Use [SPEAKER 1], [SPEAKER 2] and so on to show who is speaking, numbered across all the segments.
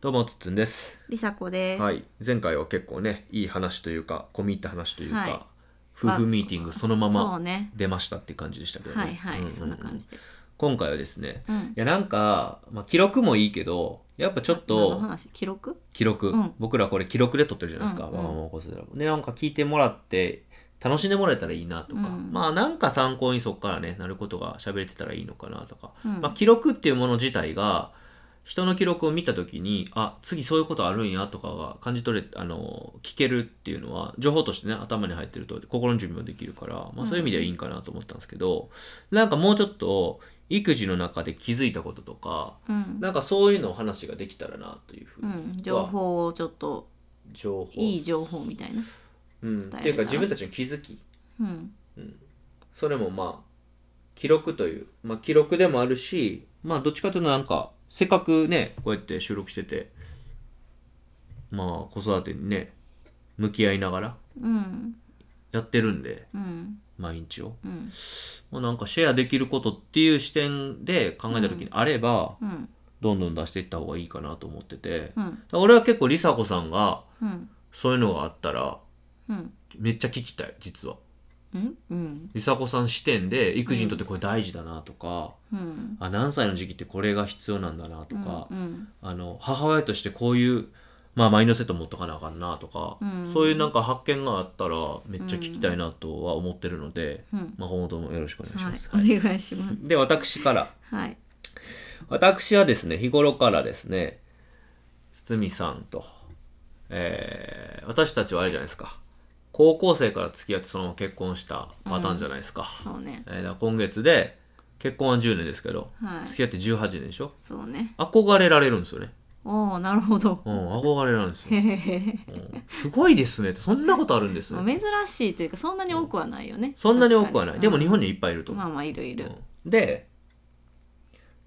[SPEAKER 1] どうもつっつんです
[SPEAKER 2] りさこです。
[SPEAKER 1] はい、前回は結構ねいい話というか込み入った話というか、
[SPEAKER 2] はい
[SPEAKER 1] 夫婦ミーティングそのま
[SPEAKER 2] そう
[SPEAKER 1] ま
[SPEAKER 2] ね。
[SPEAKER 1] 出ましたっていう感じでしたけどね
[SPEAKER 2] はいはい、
[SPEAKER 1] ううう
[SPEAKER 2] そんな感じで。
[SPEAKER 1] 今回はですね
[SPEAKER 2] うん
[SPEAKER 1] い。やなんか、まあ、記録もいいけどやっぱちょっ
[SPEAKER 2] 何の
[SPEAKER 1] と
[SPEAKER 2] 話記録？
[SPEAKER 1] 記録、
[SPEAKER 2] うん
[SPEAKER 1] 僕らこれ記録で撮ってるじゃないですか「
[SPEAKER 2] うんうん
[SPEAKER 1] わがまま子育てラボ」でなんか聞いてもらって楽しんでもらえたらいいなとか、
[SPEAKER 2] うん
[SPEAKER 1] まあなんか参考にそっからねなることが喋れてたらいいのかなとか
[SPEAKER 2] うん
[SPEAKER 1] まあ、記録っていうもの自体が人の記録を見た時にあ次そういうことあるんやとかが感じ取れあの聞けるっていうのは情報としてね頭に入ってると心の準備もできるから、まあ、そういう意味ではいいんかなと思ったんですけど、なんかもうちょっと育児の中で気づいたこととか
[SPEAKER 2] うん。
[SPEAKER 1] なんかそういうのを話ができたらなというふう
[SPEAKER 2] う
[SPEAKER 1] に、
[SPEAKER 2] ん。情報をちょっと
[SPEAKER 1] 情報
[SPEAKER 2] いい情報みたいな。
[SPEAKER 1] うん、っ
[SPEAKER 2] 伝えれたら
[SPEAKER 1] ていうか自分たちの気づき
[SPEAKER 2] うん。
[SPEAKER 1] それもまあ記録という、まあ、記録でもあるしまあどっちかというとなんかせっかくねこうやって収録しててまあ子育てにね向き合いながら
[SPEAKER 2] うん。
[SPEAKER 1] やってるんで
[SPEAKER 2] うん。
[SPEAKER 1] 毎日を
[SPEAKER 2] うん。
[SPEAKER 1] もうなんかシェアできることっていう視点で考えた時にあれば、
[SPEAKER 2] うん。
[SPEAKER 1] どんどん出していった方がいいかなと思ってて、だか
[SPEAKER 2] うん。
[SPEAKER 1] ら俺は結構梨紗子さんが
[SPEAKER 2] うん。
[SPEAKER 1] そういうのがあったら
[SPEAKER 2] うん。
[SPEAKER 1] めっちゃ聞きたい実は
[SPEAKER 2] うん。うん。
[SPEAKER 1] 梨紗子さん視点で育児にとってこれ大事だなとか、
[SPEAKER 2] うん。
[SPEAKER 1] あ何歳の時期ってこれが必要なんだなとか、
[SPEAKER 2] うん。
[SPEAKER 1] あの母親としてこういう、まあ、マインドセット持っとかなあかんなとか、
[SPEAKER 2] うん
[SPEAKER 1] そういうなんか発見があったらめっちゃ聞きたいなとは思ってるので、
[SPEAKER 2] うん。
[SPEAKER 1] まあ、今後ともよろしくお願いし
[SPEAKER 2] は
[SPEAKER 1] ます。
[SPEAKER 2] い。お願いします。
[SPEAKER 1] で私から
[SPEAKER 2] はい。
[SPEAKER 1] 私はですね日頃からですね堤さんと、えー私たちはあれじゃないですか高校生から付き合ってそのまま結婚したパターンじゃないですか,、
[SPEAKER 2] そうね。
[SPEAKER 1] えーだから今月で結婚は10年ですけど、
[SPEAKER 2] はい
[SPEAKER 1] 付き合って18年でしょ
[SPEAKER 2] そうね。
[SPEAKER 1] 憧れられるんですよね。
[SPEAKER 2] おお、なるほど。
[SPEAKER 1] うん、憧れられるんです
[SPEAKER 2] へ
[SPEAKER 1] よ。
[SPEAKER 2] へへ。
[SPEAKER 1] うんすごいですねって。 そんなことあるんです
[SPEAKER 2] まあ
[SPEAKER 1] ね。
[SPEAKER 2] 珍しいというかそんなに多くはないよね。
[SPEAKER 1] そんなに多くはな
[SPEAKER 2] 確か
[SPEAKER 1] い。
[SPEAKER 2] に
[SPEAKER 1] でも日本にはいっぱいいると
[SPEAKER 2] うん
[SPEAKER 1] 思
[SPEAKER 2] ま
[SPEAKER 1] う。
[SPEAKER 2] あまあいるいる。
[SPEAKER 1] うんで、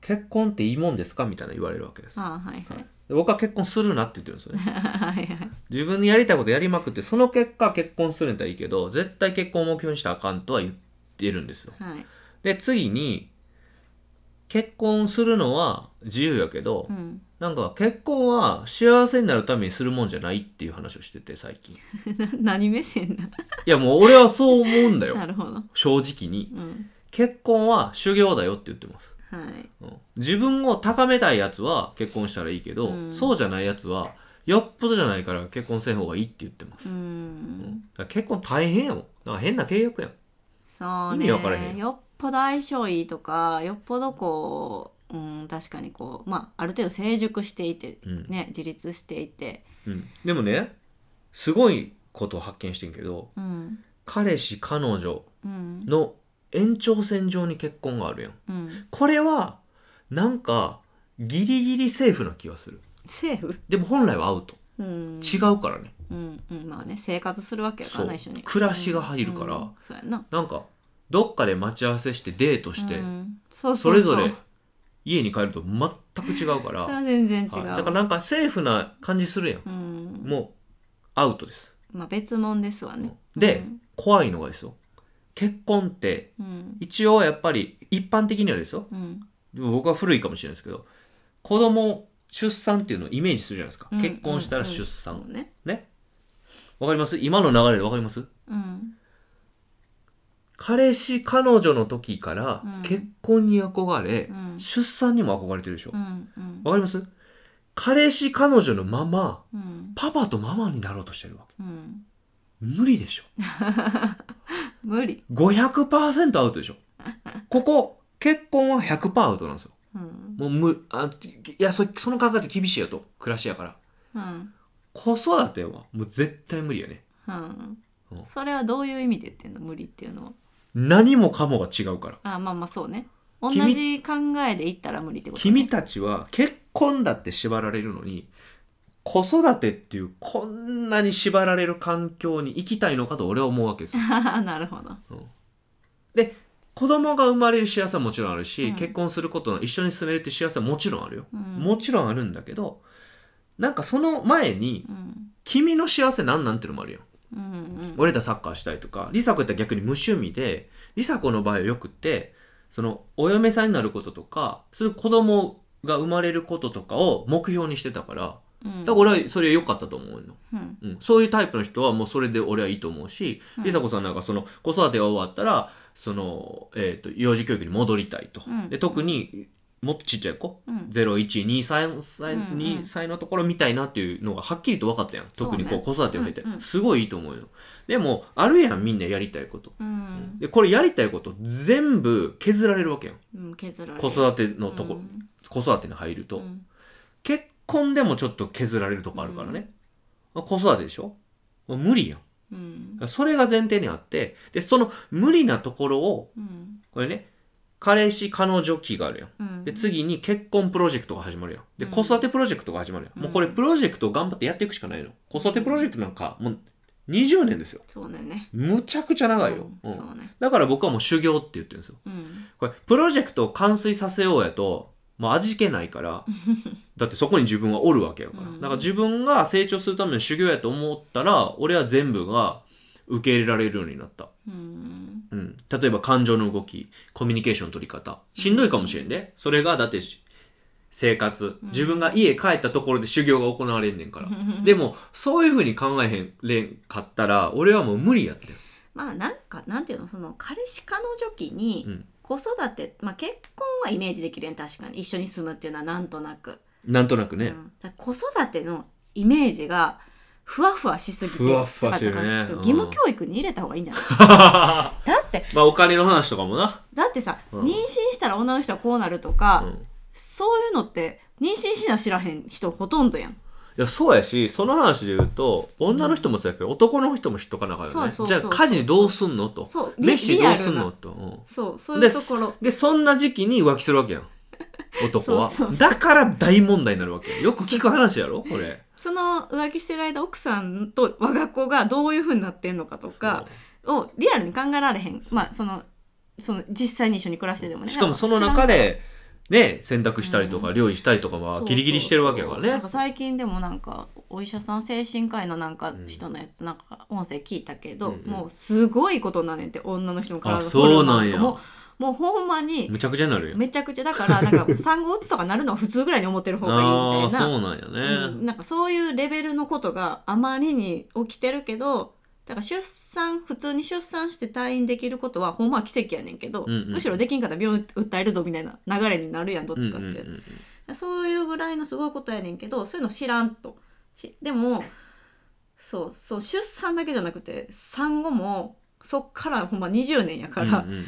[SPEAKER 1] 結婚っていいもんですかみたいな言われるわけです。
[SPEAKER 2] ああはいはい。
[SPEAKER 1] で僕は結婚するなって言ってるんですよ ね。
[SPEAKER 2] はいはい。
[SPEAKER 1] 自分のやりたいことやりまくって、その結果結婚するんだったらいいけど、絶対結婚を目標にしたらあかんとは言ってるんですよ。
[SPEAKER 2] はい。
[SPEAKER 1] で、次に、結婚するのは自由やけど、
[SPEAKER 2] うん。
[SPEAKER 1] なんか結婚は幸せになるためにするもんじゃないっていう話をしてて最近。
[SPEAKER 2] な何目線だ。
[SPEAKER 1] いやもう俺はそう思うんだよ
[SPEAKER 2] な。るほど。
[SPEAKER 1] 正直に。
[SPEAKER 2] うん。
[SPEAKER 1] 結婚は修行だよって言ってます。
[SPEAKER 2] はい。
[SPEAKER 1] うん自分を高めたいやつは結婚したらいいけど、
[SPEAKER 2] うん
[SPEAKER 1] そうじゃないやつはよっぽどじゃないから結婚せん方がいいって言ってます。
[SPEAKER 2] うー
[SPEAKER 1] うん
[SPEAKER 2] ん。
[SPEAKER 1] だから結婚大変やもん。なんか変な契約やん。
[SPEAKER 2] そう
[SPEAKER 1] 意味わからへん
[SPEAKER 2] ね。よっぽど相性いいとか、よっぽどこう、うん、確かにこう、まあ、ある程度成熟していて、
[SPEAKER 1] うん
[SPEAKER 2] ね、自立していて。
[SPEAKER 1] うんでもね、すごいことを発見してんけど、
[SPEAKER 2] うん。
[SPEAKER 1] 彼氏彼女
[SPEAKER 2] うん。
[SPEAKER 1] の延長線上に結婚があるやん。
[SPEAKER 2] うん。
[SPEAKER 1] これはなんかギリギリセーフな気がする。
[SPEAKER 2] セーフ。
[SPEAKER 1] でも本来はアウト。
[SPEAKER 2] うん。
[SPEAKER 1] 違うからね。
[SPEAKER 2] うん。うん。まあね、生活するわけやか
[SPEAKER 1] そ
[SPEAKER 2] ら
[SPEAKER 1] う
[SPEAKER 2] な、一緒に。
[SPEAKER 1] 暮らしが入るから
[SPEAKER 2] うんうんそうやな。
[SPEAKER 1] なんかどっかで待ち合わせしてデートして、
[SPEAKER 2] うんそう
[SPEAKER 1] そうれ
[SPEAKER 2] う
[SPEAKER 1] ぞ
[SPEAKER 2] う
[SPEAKER 1] れ家に帰ると全く違うから
[SPEAKER 2] それは全然違う。
[SPEAKER 1] はいだからなんかセーフな感じするやん
[SPEAKER 2] うん。
[SPEAKER 1] もうアウトです
[SPEAKER 2] まあ、別物ですわね。
[SPEAKER 1] で、
[SPEAKER 2] うん
[SPEAKER 1] 怖いのがですよ結婚って
[SPEAKER 2] うん。
[SPEAKER 1] 一応やっぱり一般的にはですよ
[SPEAKER 2] うん。
[SPEAKER 1] でも僕は古いかもしれないですけど子供出産っていうのをイメージするじゃないですか、
[SPEAKER 2] うん
[SPEAKER 1] 結婚したら出
[SPEAKER 2] そ
[SPEAKER 1] 産、
[SPEAKER 2] うね。
[SPEAKER 1] ねわかります今の流れでわかります
[SPEAKER 2] うん。
[SPEAKER 1] 彼氏彼女の時から
[SPEAKER 2] うん
[SPEAKER 1] 結婚に憧れ、
[SPEAKER 2] うん
[SPEAKER 1] 出産にも憧れてるでしょ、
[SPEAKER 2] うん。うん。
[SPEAKER 1] わかります彼氏彼女のまま
[SPEAKER 2] うん。
[SPEAKER 1] パパとママになろうとしてるわけ
[SPEAKER 2] うん。
[SPEAKER 1] 無理でしょ
[SPEAKER 2] 無理。
[SPEAKER 1] 500%アウトでしょここ結婚は100%アウトなんですよ
[SPEAKER 2] うん。
[SPEAKER 1] もう無あいやそその考えって厳しいよと暮らしやから
[SPEAKER 2] うん。
[SPEAKER 1] 子育てはもう絶対無理やね
[SPEAKER 2] うん
[SPEAKER 1] うん。
[SPEAKER 2] それはどういう意味で言ってんの無理っていうのは。
[SPEAKER 1] 何もかもが違うから
[SPEAKER 2] あ、まあまあそうね。同
[SPEAKER 1] 君
[SPEAKER 2] じ考えで言ったら無理ってこと、ね。
[SPEAKER 1] 君たちは結婚だって縛られるのに子育てっていうこんなに縛られる環境に行きたいのかと俺は思うわけですよ
[SPEAKER 2] なるほど。
[SPEAKER 1] 子供が生まれる幸せはもちろんあるし、
[SPEAKER 2] うん
[SPEAKER 1] 結婚することの一緒に住めるっていう幸せはもちろんあるよ、
[SPEAKER 2] うん。
[SPEAKER 1] もちろんあるんだけどなんかその前に
[SPEAKER 2] うん。
[SPEAKER 1] 君の幸せなんなんていうのもあるよ
[SPEAKER 2] うん。うん。
[SPEAKER 1] 俺だサッカーしたいとか梨紗子やったら逆に無趣味で梨紗子の場合はよくってそのお嫁さんになることとかそういう子供をが生まれることとかを目標にしてたから
[SPEAKER 2] うん
[SPEAKER 1] だから俺はそれ良かったと思うの、
[SPEAKER 2] うん
[SPEAKER 1] うん、そういうタイプの人はもうそれで俺はいいと思うし
[SPEAKER 2] うん
[SPEAKER 1] 梨紗子さんなんかその子育てが終わったらその、えー、と幼児教育に戻りたいと、
[SPEAKER 2] うん
[SPEAKER 1] で特にもっとちっちゃい子
[SPEAKER 2] うん
[SPEAKER 1] 0123歳,、
[SPEAKER 2] うんうん
[SPEAKER 1] 2歳のところみたいなっていうのがはっきりと分かったやん特にこう子
[SPEAKER 2] そ
[SPEAKER 1] 育てを経て、
[SPEAKER 2] うんうん
[SPEAKER 1] すごいいいと思うよでもあるやんみんなやりたいこと、
[SPEAKER 2] うん
[SPEAKER 1] でこれやりたいこと全部削られるわけやん
[SPEAKER 2] うん削られる
[SPEAKER 1] 子育てのとこ、
[SPEAKER 2] うん
[SPEAKER 1] 子育てに入ると、
[SPEAKER 2] うん
[SPEAKER 1] 結婚でもちょっと削られるとこあるからね、まあ子育てでしょもう無理やん
[SPEAKER 2] うん
[SPEAKER 1] それが前提にあってでその無理なところを
[SPEAKER 2] うん
[SPEAKER 1] これね彼氏彼女期があるやん
[SPEAKER 2] うん
[SPEAKER 1] で次に結婚プロジェクトが始まるやんで
[SPEAKER 2] うん
[SPEAKER 1] 子育てプロジェクトが始まるやん、
[SPEAKER 2] うん
[SPEAKER 1] もうこれプロジェクトを頑張ってやっていくしかないの子育てプロジェクトなんかもう20年ですよ
[SPEAKER 2] そうねね
[SPEAKER 1] むちゃくちゃ長いよ、
[SPEAKER 2] うん
[SPEAKER 1] うん
[SPEAKER 2] そうね
[SPEAKER 1] だから僕はもう修行って言ってるんですよ
[SPEAKER 2] うん
[SPEAKER 1] これプロジェクトを完遂させようやともう味気ないから だってそこに自分はおるわけやから、
[SPEAKER 2] うん
[SPEAKER 1] だから自分が成長するための修行やと思ったら俺は全部が受け入れられるようになった、
[SPEAKER 2] うん
[SPEAKER 1] うん、例えば感情の動きコミュニケーションの取り方しんどいかもしれんで、それがだってし生活
[SPEAKER 2] うん
[SPEAKER 1] 自分が家帰ったところで修行が行われんねんから、でもそういうふうに考えへんれんかったら俺はもう無理やってん
[SPEAKER 2] まあなんかなんていうのその彼氏彼女期に
[SPEAKER 1] うん
[SPEAKER 2] 子育て、まあ、結婚はイメージできるやん確かに一緒に住むっていうのはなんとなく、
[SPEAKER 1] なんとなくね、
[SPEAKER 2] うん、だから子育てのイメージがふわふわしすぎて
[SPEAKER 1] ふわふわしてるね
[SPEAKER 2] だからちょっと
[SPEAKER 1] うん
[SPEAKER 2] 義務教育に入れた方がいいんじゃない、
[SPEAKER 1] ま
[SPEAKER 2] だって
[SPEAKER 1] あお金の話とかもな、
[SPEAKER 2] だってさ、
[SPEAKER 1] うん
[SPEAKER 2] 妊娠したら女の人はこうなると
[SPEAKER 1] う
[SPEAKER 2] か、
[SPEAKER 1] ん
[SPEAKER 2] そういうのって妊娠しな知らへん人ほとんどやん
[SPEAKER 1] いやそうやしその話で言うと女の人もそうやけど、男の人も知っとかなあかんよね
[SPEAKER 2] そうそう
[SPEAKER 1] じ
[SPEAKER 2] そ
[SPEAKER 1] ゃ
[SPEAKER 2] う
[SPEAKER 1] あ家事どうすんのと
[SPEAKER 2] そうリ
[SPEAKER 1] 飯
[SPEAKER 2] リ
[SPEAKER 1] ど
[SPEAKER 2] ア
[SPEAKER 1] うす
[SPEAKER 2] ル
[SPEAKER 1] んの
[SPEAKER 2] な
[SPEAKER 1] と、うん
[SPEAKER 2] そうそういう
[SPEAKER 1] で
[SPEAKER 2] ところ
[SPEAKER 1] でそんな時期に浮気するわ けやん男は
[SPEAKER 2] そうそうそう
[SPEAKER 1] だから大問題になるわけよよく聞く話やろこれ
[SPEAKER 2] その浮気してる間奥さんと我が子がどういうふうになってんのかとかをリアルに考えられへんまあそのその実際に一緒に暮らしてでも
[SPEAKER 1] そう
[SPEAKER 2] ね
[SPEAKER 1] しかもその中
[SPEAKER 2] で
[SPEAKER 1] でね洗濯したりと
[SPEAKER 2] う
[SPEAKER 1] か料理したりとかはギリギリしてるわけやからね
[SPEAKER 2] なんか最近でもなんかお医者さん精神科医のなんか人のやつなんか音声聞いたけど、
[SPEAKER 1] うんうん
[SPEAKER 2] もうすごいことになんねんって女の人の体
[SPEAKER 1] あ
[SPEAKER 2] の
[SPEAKER 1] そうなんや
[SPEAKER 2] ホルモンとかももうほんまに
[SPEAKER 1] むちゃくちゃになるやん
[SPEAKER 2] めちゃくちゃだからな んか産後うつとかなるのは普通ぐらいに思ってる方がいいみたい
[SPEAKER 1] ああ
[SPEAKER 2] な
[SPEAKER 1] ーそうなんや
[SPEAKER 2] う
[SPEAKER 1] ね、
[SPEAKER 2] ん、なんかそういうレベルのことがあまりに起きてるけどだから出産普通に出産して退院できることはほんまは奇跡やねんけど、
[SPEAKER 1] うんうん
[SPEAKER 2] むしろできんかったら病院訴えるぞみたいな流れになるやんどっ
[SPEAKER 1] うんう
[SPEAKER 2] ち
[SPEAKER 1] ん
[SPEAKER 2] か
[SPEAKER 1] う
[SPEAKER 2] って、
[SPEAKER 1] んうん
[SPEAKER 2] そういうぐらいのすごいことやねんけどそういうの知らんとしでもそうそう出産だけじゃなくて産後もそっからほんま20年やから、
[SPEAKER 1] うんうんうん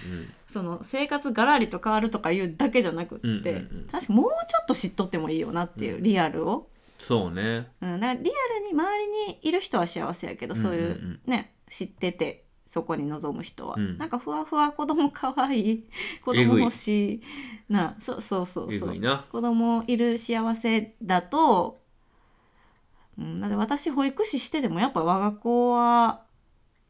[SPEAKER 2] その生活がらりと変わるとかいうだけじゃなくって、
[SPEAKER 1] うんうんうん
[SPEAKER 2] 確かもうちょっと知っとってもいいよなっていう、
[SPEAKER 1] うん
[SPEAKER 2] リアルを。
[SPEAKER 1] そうね
[SPEAKER 2] うん、だからリアルに周りにいる人は幸せやけどそうい
[SPEAKER 1] うんうんうん
[SPEAKER 2] うね知っててそこに望む人は、
[SPEAKER 1] うん
[SPEAKER 2] なんかふわふわ子供可愛い子
[SPEAKER 1] えぐ
[SPEAKER 2] 供
[SPEAKER 1] い
[SPEAKER 2] 欲しいなそうそうそう
[SPEAKER 1] え
[SPEAKER 2] そ
[SPEAKER 1] ぐ
[SPEAKER 2] う
[SPEAKER 1] いな
[SPEAKER 2] 子供いる幸せだと、うん、だって私保育士してでもやっぱ我が子は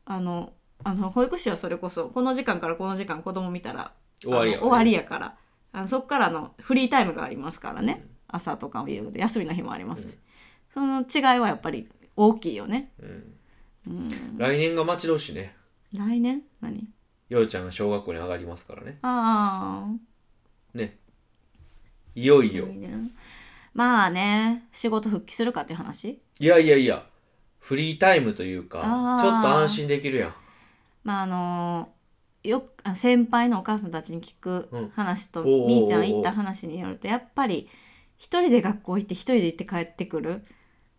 [SPEAKER 2] あのあの保育士はそれこそこの時間からこの時間子供見たら
[SPEAKER 1] 終わりやね
[SPEAKER 2] あの終わりやからあのそっからのフリータイムがありますからね、朝とかも夕で休みの日もありますし、その違いはやっぱり大きいよね、
[SPEAKER 1] うん
[SPEAKER 2] うん、
[SPEAKER 1] 来年が待ち遠しいね
[SPEAKER 2] 来年何
[SPEAKER 1] ようちゃんが小学校に上がりますからね
[SPEAKER 2] ああ
[SPEAKER 1] ねいよいよ
[SPEAKER 2] 来年まあね仕事復帰するかっていう話
[SPEAKER 1] いやいやいやフリータイムというか
[SPEAKER 2] あー
[SPEAKER 1] ちょっと安心できるやん
[SPEAKER 2] まああのよくあ先輩のお母さんたちに聞く
[SPEAKER 1] うん
[SPEAKER 2] 話と、
[SPEAKER 1] おうおうおう
[SPEAKER 2] みーちゃん行った話によるとやっぱり一人で学校行って一人で行って帰ってくるっ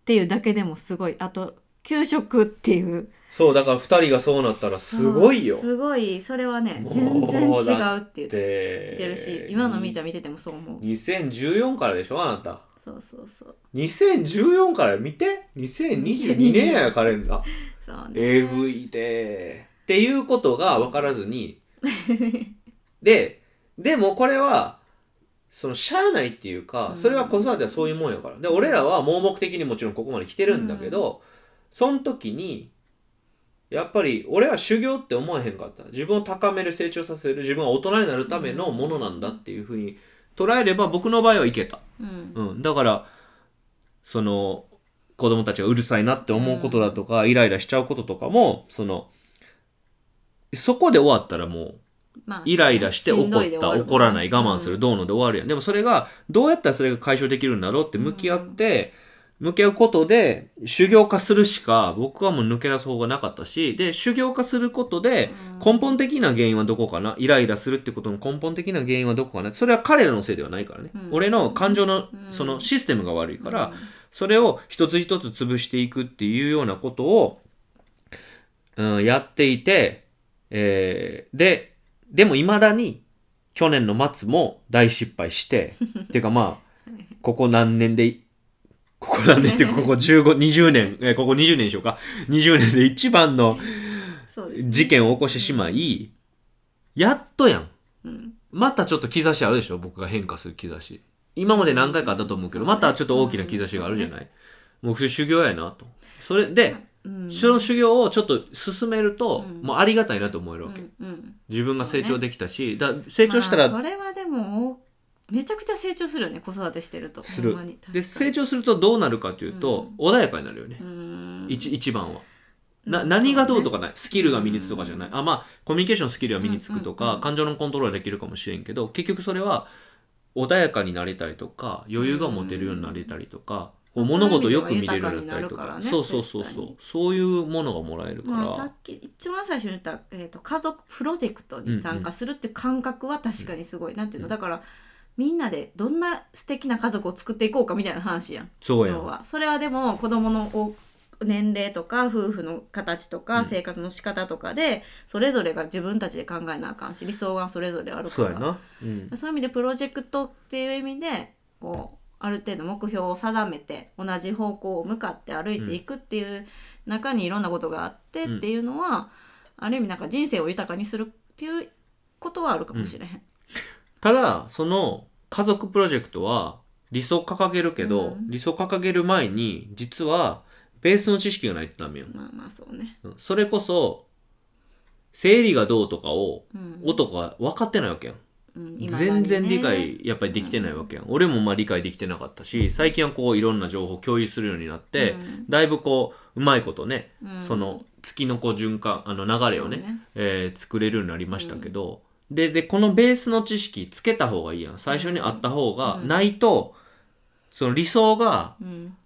[SPEAKER 2] ていうだけでもすごいあと給食っていう
[SPEAKER 1] そうだから2人がそうなったらすごいよ
[SPEAKER 2] そうすごいそれはね
[SPEAKER 1] もう
[SPEAKER 2] 全然違うって言って
[SPEAKER 1] で
[SPEAKER 2] ってるし今のみーちゃん見ててもそう思う
[SPEAKER 1] 2014からでしょあなた
[SPEAKER 2] そうそうそう
[SPEAKER 1] 2014から見て2022年やカレンダー
[SPEAKER 2] そうね
[SPEAKER 1] えぐいでっていうことが分からずにででもこれはそのしゃあないっていうか
[SPEAKER 2] うん
[SPEAKER 1] それは子育てはそういうもんやからで俺らは盲目的にもちろんここまで来てるんだけど、その時にやっぱり俺は修行って思えへんかった自分を高める成長させる自分は大人になるためのものなんだっていうふうに捉えれば僕の場合はいけた
[SPEAKER 2] うん
[SPEAKER 1] うん、だからその子供たちがうるさいなって思うことだとか、イライラしちゃうこととかもそのそこで終わったらもう
[SPEAKER 2] まあ
[SPEAKER 1] イライラして怒
[SPEAKER 2] しんどいで
[SPEAKER 1] っ
[SPEAKER 2] 終
[SPEAKER 1] た
[SPEAKER 2] わる
[SPEAKER 1] 怒らない我慢するどうので終わるやんでもそれがどうやったらそれが解消できるんだろうって向き合って、向き合うことで修行化するしか僕はもう抜け出す方法がなかったしで修行化することで
[SPEAKER 2] うん
[SPEAKER 1] 根本的な原因はどこかなイライラするってことの根本的な原因はどこかなそれは彼らのせいではないからね、
[SPEAKER 2] うん
[SPEAKER 1] 俺の感情の
[SPEAKER 2] うん
[SPEAKER 1] そのシステムが悪いから、それを一つ一つ潰していくっていうようなことを、うん、やっていて、えーで、でも未だに去年の末も大失敗 して、っていうかまあ、ここ何年で、ここ何年っていうかここ15、20年、えーここ20年でしょうか。20年で一番の
[SPEAKER 2] そうですね
[SPEAKER 1] 事件を起こしてしまい、やっとやん。
[SPEAKER 2] うん
[SPEAKER 1] またちょっと兆しあるでしょ僕が変化する兆し今まで何回かあったと思うけど
[SPEAKER 2] そう
[SPEAKER 1] ま
[SPEAKER 2] ね
[SPEAKER 1] たちょっと大きな兆しがあるじゃないもう修行やなとそれで
[SPEAKER 2] うん
[SPEAKER 1] その修行をちょっと進めると
[SPEAKER 2] うん
[SPEAKER 1] もうありがたいなと思えるわけ
[SPEAKER 2] うんうん
[SPEAKER 1] 自分が成長できたしだ成長した
[SPEAKER 2] ま
[SPEAKER 1] ら
[SPEAKER 2] あそれはでもめちゃくちゃ成長するよね子育てしてると
[SPEAKER 1] する
[SPEAKER 2] ほんまに確か
[SPEAKER 1] で
[SPEAKER 2] に
[SPEAKER 1] 成長するとどうなるかというと穏やかになるよね
[SPEAKER 2] うん
[SPEAKER 1] 一一番は。な
[SPEAKER 2] うん
[SPEAKER 1] 何がどうと
[SPEAKER 2] そ
[SPEAKER 1] かない、スキルが身につくとかじゃない、あまあコミュニケーションスキルは身につくとか、
[SPEAKER 2] うんうんうん
[SPEAKER 1] 感情のコントロールはできるかもしれんけど結局それは穏やかになれたりとか余裕が持てるようになれたりとか、
[SPEAKER 2] うんうん
[SPEAKER 1] こう物事をよく見れるようになったりと
[SPEAKER 2] ま
[SPEAKER 1] か
[SPEAKER 2] あ
[SPEAKER 1] そ
[SPEAKER 2] そうう
[SPEAKER 1] そう
[SPEAKER 2] いう意味では豊かにな
[SPEAKER 1] そうそ
[SPEAKER 2] るからね絶対
[SPEAKER 1] うそういうものがもらえるから、
[SPEAKER 2] まあ、さっき一番最初に言った、えー、と家族プロジェクトに参加するって感覚は確かにすごい、なんていうのだからみんなでどんな素敵な家族を作っていこうかみたいな話やん
[SPEAKER 1] そうや
[SPEAKER 2] 要
[SPEAKER 1] ん
[SPEAKER 2] はそれはでも子供のお年齢とか夫婦の形と
[SPEAKER 1] うん
[SPEAKER 2] か生活の仕方とかでそれぞれが自分たちで考えなあかんし理想がそれぞれあるか
[SPEAKER 1] そうや
[SPEAKER 2] ら
[SPEAKER 1] な、うん、
[SPEAKER 2] そういう意味でプロジェクトっていう意味でこうある程度目標を定めて同じ方向を向かって歩いていくっていう中にいろんなことがあって
[SPEAKER 1] うん
[SPEAKER 2] っていうのは、ある意味なんか人生を豊かにするっていうことはあるかもしれへん。
[SPEAKER 1] ただその家族プロジェクトは理想掲げるけど、
[SPEAKER 2] うん
[SPEAKER 1] 理想掲げる前に実はベースの知識がないとダメよ、
[SPEAKER 2] まあまあそうね。
[SPEAKER 1] うんそれこそ生理がどうとかを
[SPEAKER 2] うん
[SPEAKER 1] 男は分かってないわけやん、
[SPEAKER 2] うん
[SPEAKER 1] 全然理。
[SPEAKER 2] 未だにね
[SPEAKER 1] 解やっぱりできてないわけやん、俺もまあ理解できてなかったし最近はこういろんな情報を共有するようになって、
[SPEAKER 2] うん
[SPEAKER 1] だいぶこううまいことね、
[SPEAKER 2] うん
[SPEAKER 1] その月のこう循環あの流れをね
[SPEAKER 2] そうね
[SPEAKER 1] えー作れるようになりましたけど、ででこのベースの知識つけた方がいいやん最初にあった方が
[SPEAKER 2] うん
[SPEAKER 1] ないと、その理想が
[SPEAKER 2] うん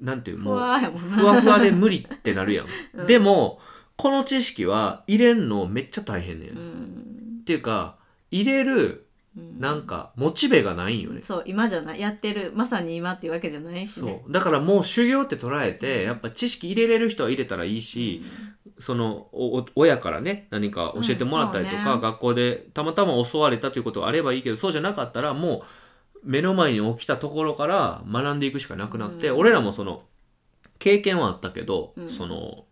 [SPEAKER 1] なんていう
[SPEAKER 2] ふ
[SPEAKER 1] もう
[SPEAKER 2] わーやもんな
[SPEAKER 1] ふわふわで無理ってなるやん、
[SPEAKER 2] うん
[SPEAKER 1] でもこの知識は入れんのめっちゃ大変ねん、
[SPEAKER 2] う
[SPEAKER 1] っ
[SPEAKER 2] ん
[SPEAKER 1] ていうか入れる
[SPEAKER 2] うん
[SPEAKER 1] なんかモチベがないんよね、
[SPEAKER 2] そう今じゃないやってるまさに今っていうわけじゃないしね。
[SPEAKER 1] そうだからもう修行って捉えてやっぱ知識入れれる人は入れたらいいし、そのおお親からね何か教えてもらったりとか、
[SPEAKER 2] うんそうね
[SPEAKER 1] 学校でたまたま教われたということがあればいいけどそうじゃなかったらもう目の前に起きたところから学んでいくしかなくなって、
[SPEAKER 2] うん
[SPEAKER 1] 俺らもその経験はあったけど、
[SPEAKER 2] うん
[SPEAKER 1] その。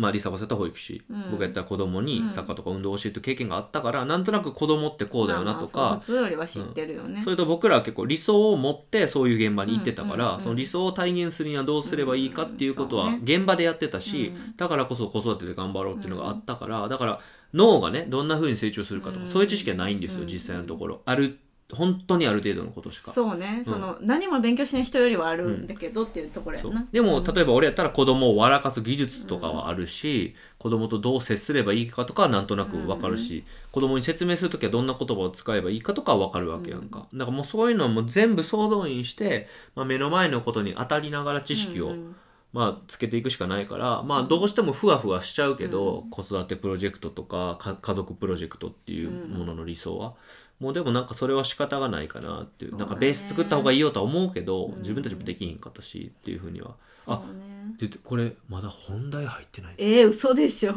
[SPEAKER 1] まあ、リサがそうやったら保育士、
[SPEAKER 2] うん
[SPEAKER 1] 僕やったら子供にサッカーとか運動を教えて経験があったから、なんとなく子供ってこうだよなとか、
[SPEAKER 2] まあまあそう普通よりは知ってるよね。
[SPEAKER 1] それと僕らは結構理想を持ってそういう現場に行ってたから、
[SPEAKER 2] うんうんうん
[SPEAKER 1] その理想を体現するにはどうすればいいかっていうこと
[SPEAKER 2] うん
[SPEAKER 1] は
[SPEAKER 2] うん
[SPEAKER 1] 現場でやってたし、
[SPEAKER 2] うん
[SPEAKER 1] だからこそ子育てで頑張ろうっていうのがあったから、だから脳がねどんな風に成長するかとか、
[SPEAKER 2] うん
[SPEAKER 1] そういう知識はないんですよ、
[SPEAKER 2] うん
[SPEAKER 1] 実際のところある本当にある程度のことしか。
[SPEAKER 2] そうね、その何も勉強しない人よりはあるんだけどっていうところや
[SPEAKER 1] そう
[SPEAKER 2] な。
[SPEAKER 1] でも例えば俺やったら子供を笑かす技術とかはあるし、子供とどう接すればいいかとかはなんとなく分かるし、子供に説明する時はどんな言葉を使えばいいかとかは分かるわけやんか、だからもうそういうのはもう全部総動員して、まあ、目の前のことに当たりながら知識を、
[SPEAKER 2] うんうん
[SPEAKER 1] まあ、つけていくしかないから、まあ、どうしてもふわふわしちゃうけど、子育てプロジェクトとかか家族プロジェクトっていうものの理想は。もうでもなんかそれは仕方がないかなっていう
[SPEAKER 2] そうだ
[SPEAKER 1] なん
[SPEAKER 2] ね
[SPEAKER 1] かベース作った方がいいよとは思うけど、
[SPEAKER 2] うん
[SPEAKER 1] 自分たちもできひんかったしっていうふうにはあ
[SPEAKER 2] そうね。
[SPEAKER 1] でこれまだ本題入ってない
[SPEAKER 2] えー、嘘でしょ。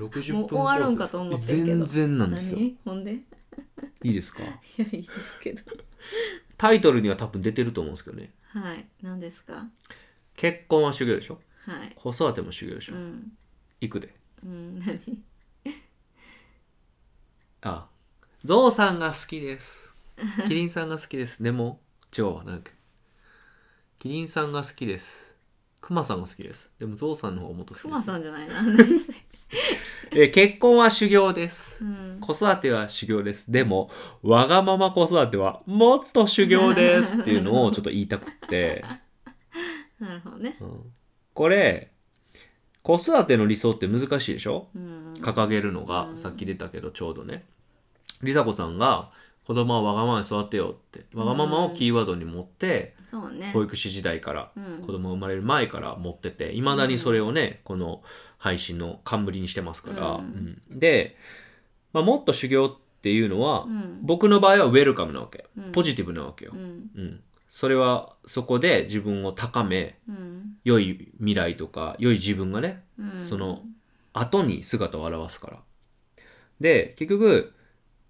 [SPEAKER 1] 60分
[SPEAKER 2] もう終わるんかと思ってるけ
[SPEAKER 1] 全
[SPEAKER 2] ど
[SPEAKER 1] 然なんですよい
[SPEAKER 2] 何ほんでい
[SPEAKER 1] いですか
[SPEAKER 2] や、いいですけど。
[SPEAKER 1] タイトルには多分出てると思うんですけどね
[SPEAKER 2] はい。何ですか
[SPEAKER 1] 結婚は修行でしょ
[SPEAKER 2] はい。
[SPEAKER 1] 子育ても修行でしょ、
[SPEAKER 2] うん。
[SPEAKER 1] 行くで
[SPEAKER 2] うん、何
[SPEAKER 1] あゾウさんが好きですキリンさんが好きです でも違うわなんだっけキリンさんが好きですクマさんが好きですでもゾウさんの方がもっと好き
[SPEAKER 2] ク
[SPEAKER 1] です
[SPEAKER 2] マさんじゃな いな。何
[SPEAKER 1] えー結婚は修行です
[SPEAKER 2] うん。
[SPEAKER 1] 子育ては修行です。でも、わがまま子育てはもっと修行ですっていうの をちょっと言いたくって。
[SPEAKER 2] なるほどね。
[SPEAKER 1] うんこれ、子育ての理想って難しいでしょ
[SPEAKER 2] うん
[SPEAKER 1] 掲げるのが、
[SPEAKER 2] うん
[SPEAKER 1] さっき出たけどちょうどね梨紗子さんが子供はわがままに育てようってわがままをキーワードに持って、
[SPEAKER 2] そうね
[SPEAKER 1] 保育士時代から
[SPEAKER 2] うん
[SPEAKER 1] 子供生まれる前から持ってていまだにそれをね、この配信の冠にしてますから、
[SPEAKER 2] うん
[SPEAKER 1] うんで、まあ、もっと修行っていうのは、
[SPEAKER 2] うん
[SPEAKER 1] 僕の場合はウェルカムなわけ
[SPEAKER 2] うん
[SPEAKER 1] ポジティブなわけよ、
[SPEAKER 2] うん
[SPEAKER 1] うんそれはそこで自分を高め
[SPEAKER 2] うん
[SPEAKER 1] 良い未来とか良い自分がね
[SPEAKER 2] うん
[SPEAKER 1] その後に姿を現すからで結局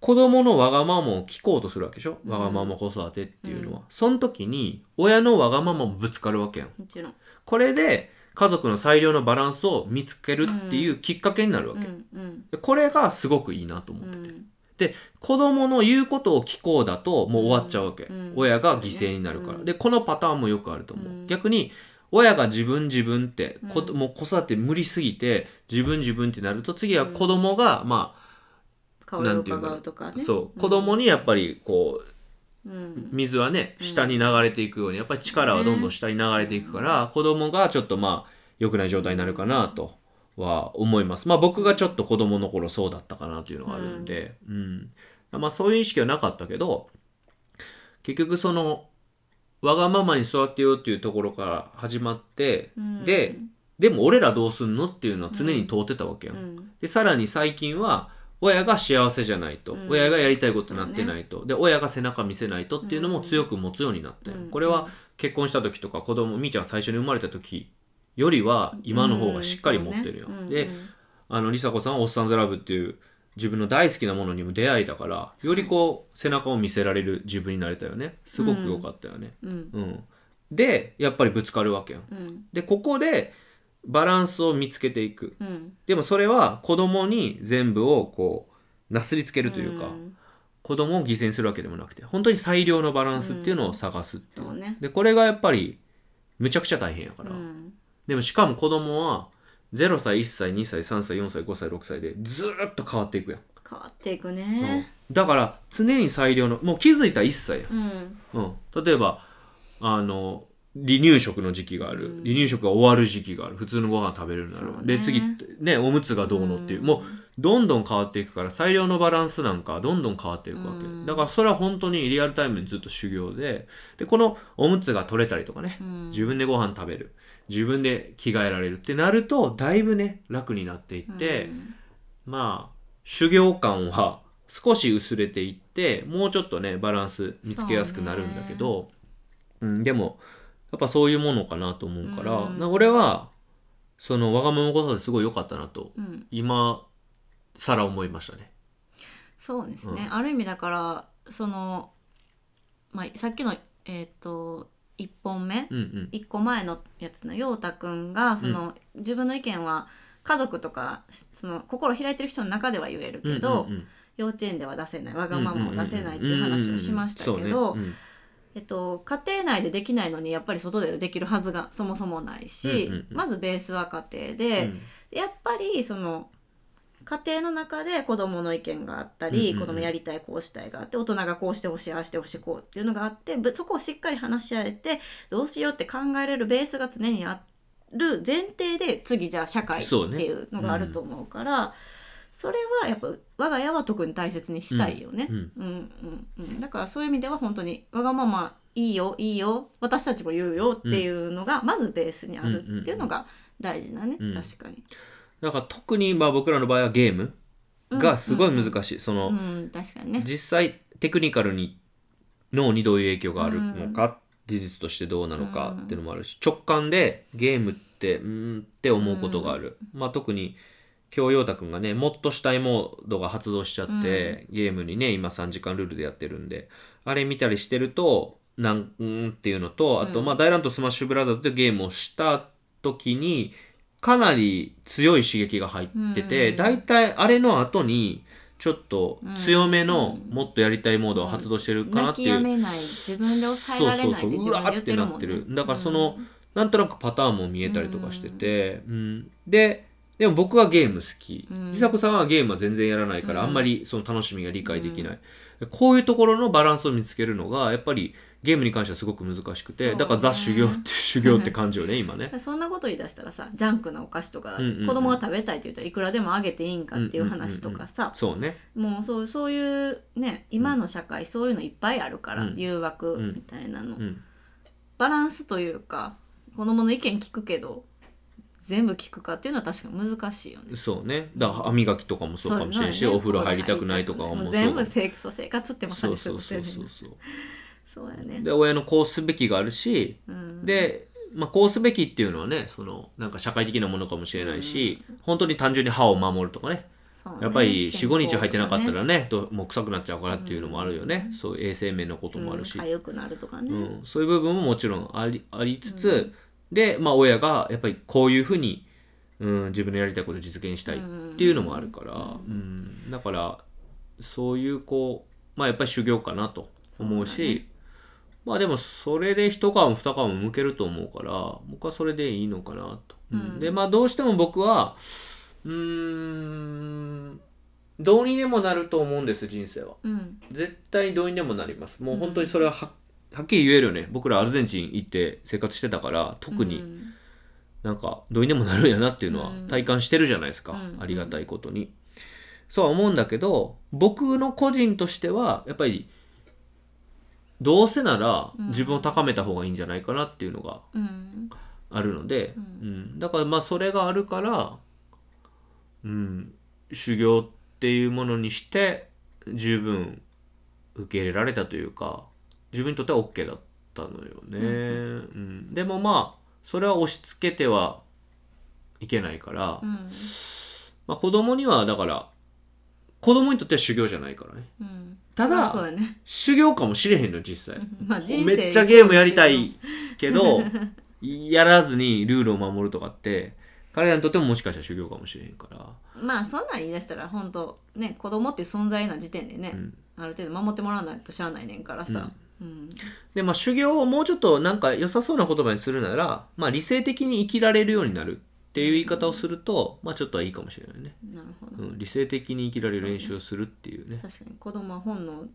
[SPEAKER 1] 子供のわがままを聞こうとするわけでしょ、
[SPEAKER 2] うん
[SPEAKER 1] わがまま子育てっていうのは、
[SPEAKER 2] う
[SPEAKER 1] その時に親のわがままもぶつかるわけやん
[SPEAKER 2] もちろん
[SPEAKER 1] これで家族の最良のバランスを見つけるっていうきっかけになるわ
[SPEAKER 2] う
[SPEAKER 1] け、
[SPEAKER 2] んうん
[SPEAKER 1] でこれがすごくいいなと思
[SPEAKER 2] う
[SPEAKER 1] ってて、
[SPEAKER 2] ん
[SPEAKER 1] 子供の言うことを聞こうだともう終わっちゃうわけ、
[SPEAKER 2] うん
[SPEAKER 1] 親が犠牲になるから、
[SPEAKER 2] うん
[SPEAKER 1] でこのパターンもよくあると思う、
[SPEAKER 2] うん
[SPEAKER 1] 逆に親が自分自分って、こ
[SPEAKER 2] うん
[SPEAKER 1] もう子育て無理すぎて自分自分ってなると次は子供が、ま
[SPEAKER 2] 顔色を伺うとか
[SPEAKER 1] あ
[SPEAKER 2] ね
[SPEAKER 1] そう子供にやっぱりこう
[SPEAKER 2] うん
[SPEAKER 1] 水はね
[SPEAKER 2] うん
[SPEAKER 1] 下に流れていくようにやっぱり力はどんどん下に流れていくから、子供がちょっとまあ良くない状態になるかなとは思いますまあ僕がちょっと子供の頃そうだったかなというのがあるんで、うんまあそういう意識はなかったけど結局そのわがままに育てようっていうところから始まって
[SPEAKER 2] うん
[SPEAKER 1] ででも俺らどうすんのっていうのは常に問うてたわけ
[SPEAKER 2] う
[SPEAKER 1] やん、
[SPEAKER 2] ん
[SPEAKER 1] でさらに最近は親が幸せじゃないと、
[SPEAKER 2] うん
[SPEAKER 1] 親がやりたいことになってないと、で親が背中見せないとっていうのも強く持つようになって、
[SPEAKER 2] うん
[SPEAKER 1] これは結婚した時とか子供みーちゃんが最初に生まれた時よりは今の方がしっかり持ってるよ、
[SPEAKER 2] うんそうね
[SPEAKER 1] であの梨紗子さんは「おっさんずラブ」っていう自分の大好きなものにも出会えたからよりこう背中を見せられる自分になれたよねすごく良かったよね、
[SPEAKER 2] うん
[SPEAKER 1] うんでやっぱりぶつかるわけやん
[SPEAKER 2] うん
[SPEAKER 1] でここでバランスを見つけていく
[SPEAKER 2] うん
[SPEAKER 1] でもそれは子供に全部をこうなすりつけるというか、
[SPEAKER 2] ん
[SPEAKER 1] 子供を犠牲にするわけでもなくて本当に最良のバランスっていうのを探すっていう,、
[SPEAKER 2] そうね
[SPEAKER 1] でこれがやっぱりむちゃくちゃ大変やから、
[SPEAKER 2] うん
[SPEAKER 1] でもしかも子供は0歳1歳2歳3歳4歳5歳6歳でずーっと変わっていくやん、
[SPEAKER 2] 変わっていく
[SPEAKER 1] うん
[SPEAKER 2] ね
[SPEAKER 1] だから常に最良のもう気づいた1歳や
[SPEAKER 2] うん
[SPEAKER 1] うん、例えばあの離乳食の時期がある、
[SPEAKER 2] うん
[SPEAKER 1] 離乳食が終わる時期がある普通のご飯食べるようになる、
[SPEAKER 2] そうね
[SPEAKER 1] で次ねおむつがどうのっていう、
[SPEAKER 2] うん
[SPEAKER 1] もうどんどん変わっていくから最良のバランスなんかはどんどん変わっていくわけ、
[SPEAKER 2] うん
[SPEAKER 1] だからそれは本当にリアルタイムにずっと修行ででこのおむつが取れたりとかね
[SPEAKER 2] うん
[SPEAKER 1] 自分でご飯食べる自分で着替えられるってなるとだいぶね楽になっていって、
[SPEAKER 2] うん
[SPEAKER 1] まあ修行感は少し薄れていってもうちょっとねバランス見つけやすくなるんだけどう、ん、でもやっぱそういうものかなと思うから、
[SPEAKER 2] うん
[SPEAKER 1] な俺はそのわがまま子育てすごい良かったなと
[SPEAKER 2] うん
[SPEAKER 1] 今更思いましたね。
[SPEAKER 2] そうですね、
[SPEAKER 1] う
[SPEAKER 2] ある意味だからその、まあ、さっきのえっ、と1本目、
[SPEAKER 1] うんうん
[SPEAKER 2] 一1個前のやつの陽太くんがその、自分の意見は家族とかしその心開いてる人の中では言えるけど、
[SPEAKER 1] うんうんうん
[SPEAKER 2] 幼稚園では出せないわがままを出せないっていう話をしましたけど、
[SPEAKER 1] うんうんうんうん
[SPEAKER 2] えっと、家庭内でできないのにやっぱり外でできるはずがそもそもないし、
[SPEAKER 1] うんうんうん
[SPEAKER 2] まずベースは家庭
[SPEAKER 1] そう
[SPEAKER 2] で、
[SPEAKER 1] ね
[SPEAKER 2] やっぱりその家庭の中で子供の意見があったり、
[SPEAKER 1] うんうんうん
[SPEAKER 2] 子供やりたいこうしたいがあって大人がこうしてほしいああしてほしいこうっていうのがあってぶそこをしっかり話し合えてどうしようって考えれるベースが常にある前提で次じゃあ社会って
[SPEAKER 1] そうね
[SPEAKER 2] いうのがあると思うからそ,、れはやっぱ我が家は特に大切にしたいよね。
[SPEAKER 1] うんうん
[SPEAKER 2] うんうんうんだからそういう意味では本当にわがままいいよいいよ私たちも言うよっていうのがまずベースにあるっていうのが大事だね、
[SPEAKER 1] うん
[SPEAKER 2] 確かに。
[SPEAKER 1] だから特にまあ僕らの場合はゲームがすごい難しい、その、
[SPEAKER 2] うん、確かにね。
[SPEAKER 1] 実際テクニカルに脳にどういう影響があるのか、事実としてどうなのかっていうのもあるし、直感でゲームってうーんって思うことがある、まあ特に今日陽太くんがねもっとしたいモードが発動しちゃって、ゲームにね今3時間ルールでやってるんであれ見たりしてるとなんうーんっていうのとあと、
[SPEAKER 2] うん
[SPEAKER 1] まあ大乱闘スマッシュブラザーズでゲームをした時にかなり強い刺激が入ってて、
[SPEAKER 2] うん
[SPEAKER 1] だいたいあれの後にちょっと強めの
[SPEAKER 2] うん
[SPEAKER 1] もっとやりたいモードを発動してるかなっ
[SPEAKER 2] 泣
[SPEAKER 1] て
[SPEAKER 2] き
[SPEAKER 1] いう、
[SPEAKER 2] やめない、自分で抑えられないって
[SPEAKER 1] そうそうそう
[SPEAKER 2] 自分で言ってるもんね。
[SPEAKER 1] うわーってなってるだからそのなんとなくパターンも見えたりとかしてて、うんででも僕はゲーム好き
[SPEAKER 2] うん
[SPEAKER 1] 梨紗子さんはゲームは全然やらないから、
[SPEAKER 2] うん
[SPEAKER 1] あんまりその楽しみが理解できない、こういうところのバランスを見つけるのがやっぱりゲームに関してはすごく難しく
[SPEAKER 2] そう
[SPEAKER 1] て、
[SPEAKER 2] ね
[SPEAKER 1] だからザ修行って修行って感じよ ね今ね
[SPEAKER 2] そんなこと言い出したらさジャンクなお菓子とかだって、
[SPEAKER 1] うんうんうん
[SPEAKER 2] 子供が食べたいって言ったらいくらでもあげていいんかっていう話とかさ、
[SPEAKER 1] そうね
[SPEAKER 2] もうそうそういうね今の社会そういうのいっぱいあるから、
[SPEAKER 1] うん
[SPEAKER 2] 誘惑
[SPEAKER 1] うん
[SPEAKER 2] みたいなの、
[SPEAKER 1] うん
[SPEAKER 2] バランスというか子供の意見聞くけど全部聞くかっていうのは確かに難しいよね。
[SPEAKER 1] そうねだから歯磨きとかもそうかもしれんし、
[SPEAKER 2] そう
[SPEAKER 1] お風呂入りたくないとかはも
[SPEAKER 2] も
[SPEAKER 1] う
[SPEAKER 2] う
[SPEAKER 1] そう
[SPEAKER 2] 全部生そう生活ってまさ
[SPEAKER 1] そ
[SPEAKER 2] に
[SPEAKER 1] う
[SPEAKER 2] そう
[SPEAKER 1] そ
[SPEAKER 2] いう
[SPEAKER 1] う
[SPEAKER 2] こと
[SPEAKER 1] そ
[SPEAKER 2] や
[SPEAKER 1] う
[SPEAKER 2] ね
[SPEAKER 1] そうそう
[SPEAKER 2] そうやね
[SPEAKER 1] で親のこうすべきがあるし
[SPEAKER 2] うん
[SPEAKER 1] で、まあ、こうすべきっていうのはねそのなんか社会的なものかもしれないし、本当に単純に歯を守るとかね
[SPEAKER 2] そうね
[SPEAKER 1] やっぱり45日入ってなかった
[SPEAKER 2] 健
[SPEAKER 1] らねどもう臭くなっちゃうからっていうのもあるよね、そういう衛生面のこと
[SPEAKER 2] 康とかね
[SPEAKER 1] もあるし、
[SPEAKER 2] うん痒くなるとかね、
[SPEAKER 1] うん、そういう部分ももちろんありありつつ、で、まあ、親がやっぱりこういうふうに、うん、自分のやりたいことを実現したいっていうのもあるから、うんだからそういうこう、まあ、やっぱり修行かなと思う
[SPEAKER 2] そうだ
[SPEAKER 1] しまあでもそれで一皮も二皮も向けると思うから僕はそれでいいのかなと。うん
[SPEAKER 2] うん
[SPEAKER 1] でまあどうしても僕はうーんどうにでもなると思うんです人生は。
[SPEAKER 2] うん
[SPEAKER 1] 絶対どうにでもなりますもう本当にそれはは,、はっきり言えるよね僕らアルゼンチン行って生活してたから特
[SPEAKER 2] う
[SPEAKER 1] に
[SPEAKER 2] ん
[SPEAKER 1] なんかどうにでもなるんやなっていうのは
[SPEAKER 2] うん
[SPEAKER 1] 体感してるじゃないですか、
[SPEAKER 2] うん
[SPEAKER 1] ありがたいことに、そうは思うんだけど僕の個人としてはやっぱりどうせなら
[SPEAKER 2] うん
[SPEAKER 1] 自分を高めた方がいいんじゃないかなっていうのが
[SPEAKER 2] うん
[SPEAKER 1] あるので、
[SPEAKER 2] う
[SPEAKER 1] うんだからまあそれがあるから、うん、修行っていうものにして十分受け入れられたというか自分にとっては OK だったのよね、
[SPEAKER 2] うん
[SPEAKER 1] うんでもまあそれは押し付けてはいけないから、
[SPEAKER 2] うん
[SPEAKER 1] まあ、子供にはだから子供にとっては修行じゃないからね
[SPEAKER 2] うん
[SPEAKER 1] ただ
[SPEAKER 2] そうやね
[SPEAKER 1] 修行かもしれへんの実際
[SPEAKER 2] まあ人生
[SPEAKER 1] めっちゃゲームやりたいけどやらずにルールを守るとかって彼らにとってももしかしたら修行かもしれへんから
[SPEAKER 2] まあそんなん言い出したら本当ね子供っていう存在な時点でね、
[SPEAKER 1] うん
[SPEAKER 2] ある程度守ってもらわないとしゃあないねんからさ、うん
[SPEAKER 1] でまあ修行をもうちょっとなんか良さそうな言葉にするなら、まあ、理性的に生きられるようになるっていう言い方をすると、まあ、ちょっとはいいかもしれないね、
[SPEAKER 2] なるほど、
[SPEAKER 1] うん、理性的に生きられる練習をするっていうね
[SPEAKER 2] 確かに子供は本能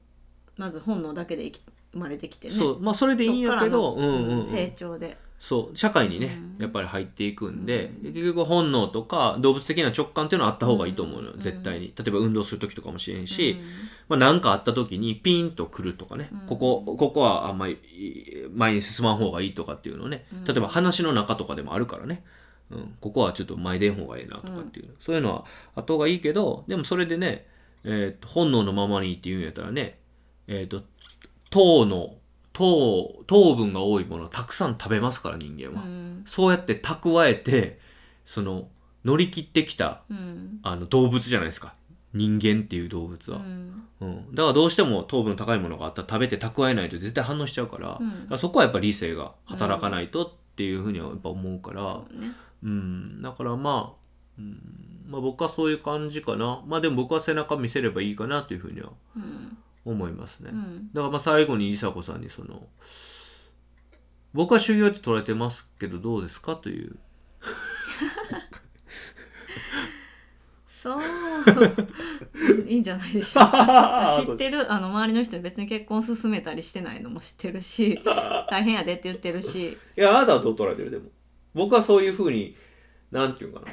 [SPEAKER 2] まず本能だけで生き生まれてきてね
[SPEAKER 1] そうまあそれでいいんやけど
[SPEAKER 2] そっからの
[SPEAKER 1] うんうんうん
[SPEAKER 2] 成長で
[SPEAKER 1] そう社会にね、
[SPEAKER 2] うん
[SPEAKER 1] やっぱり入っていくんで、結局本能とか動物的な直感っていうのはあった方がいいと思うのよ、
[SPEAKER 2] うん
[SPEAKER 1] 絶対に例えば運動する時とかもしれんし、まあ、なんかあった時にピンとくるとかね、
[SPEAKER 2] うん
[SPEAKER 1] ここここはあんまり前に進まん方がいいとかっていうのをね、
[SPEAKER 2] うん
[SPEAKER 1] 例えば話の中とかでもあるからね、うん、ここはちょっと前出ん方がいいなとかっていう、そういうのはあった方がいいけどでもそれでね、えーと本能のままにっていうんやったらね、えー、と糖の糖糖分が多いものをたくさん食べますから人間
[SPEAKER 2] うん
[SPEAKER 1] は、
[SPEAKER 2] うん
[SPEAKER 1] そうやって蓄えてその乗り切ってきた
[SPEAKER 2] うん
[SPEAKER 1] あの動物じゃないですか人間っていう動物は。
[SPEAKER 2] うん
[SPEAKER 1] うん、だからどうしても糖分高いものがあったら食べて蓄えないと絶対反応しちゃうから,、
[SPEAKER 2] うん
[SPEAKER 1] そこはやっぱ理性が働かないとっていうふうにはやっぱ思うから
[SPEAKER 2] そうね
[SPEAKER 1] うん、だからまあ、うんまあ僕はそういう感じかなまあでも僕は背中見せればいいかなというふうには
[SPEAKER 2] うん
[SPEAKER 1] 思いますね、
[SPEAKER 2] うん
[SPEAKER 1] だからまあ最後に梨紗子さんにその僕は修行って捉えてますけどどうですかという
[SPEAKER 2] そう いいんじゃないでしょうか知ってる あの周りの人に別に結婚勧めたりしてないのも知って るし大変やでって言ってるし
[SPEAKER 1] いや、あなたはどう捉えてるでも。僕はそういうふうに、なんていうかな。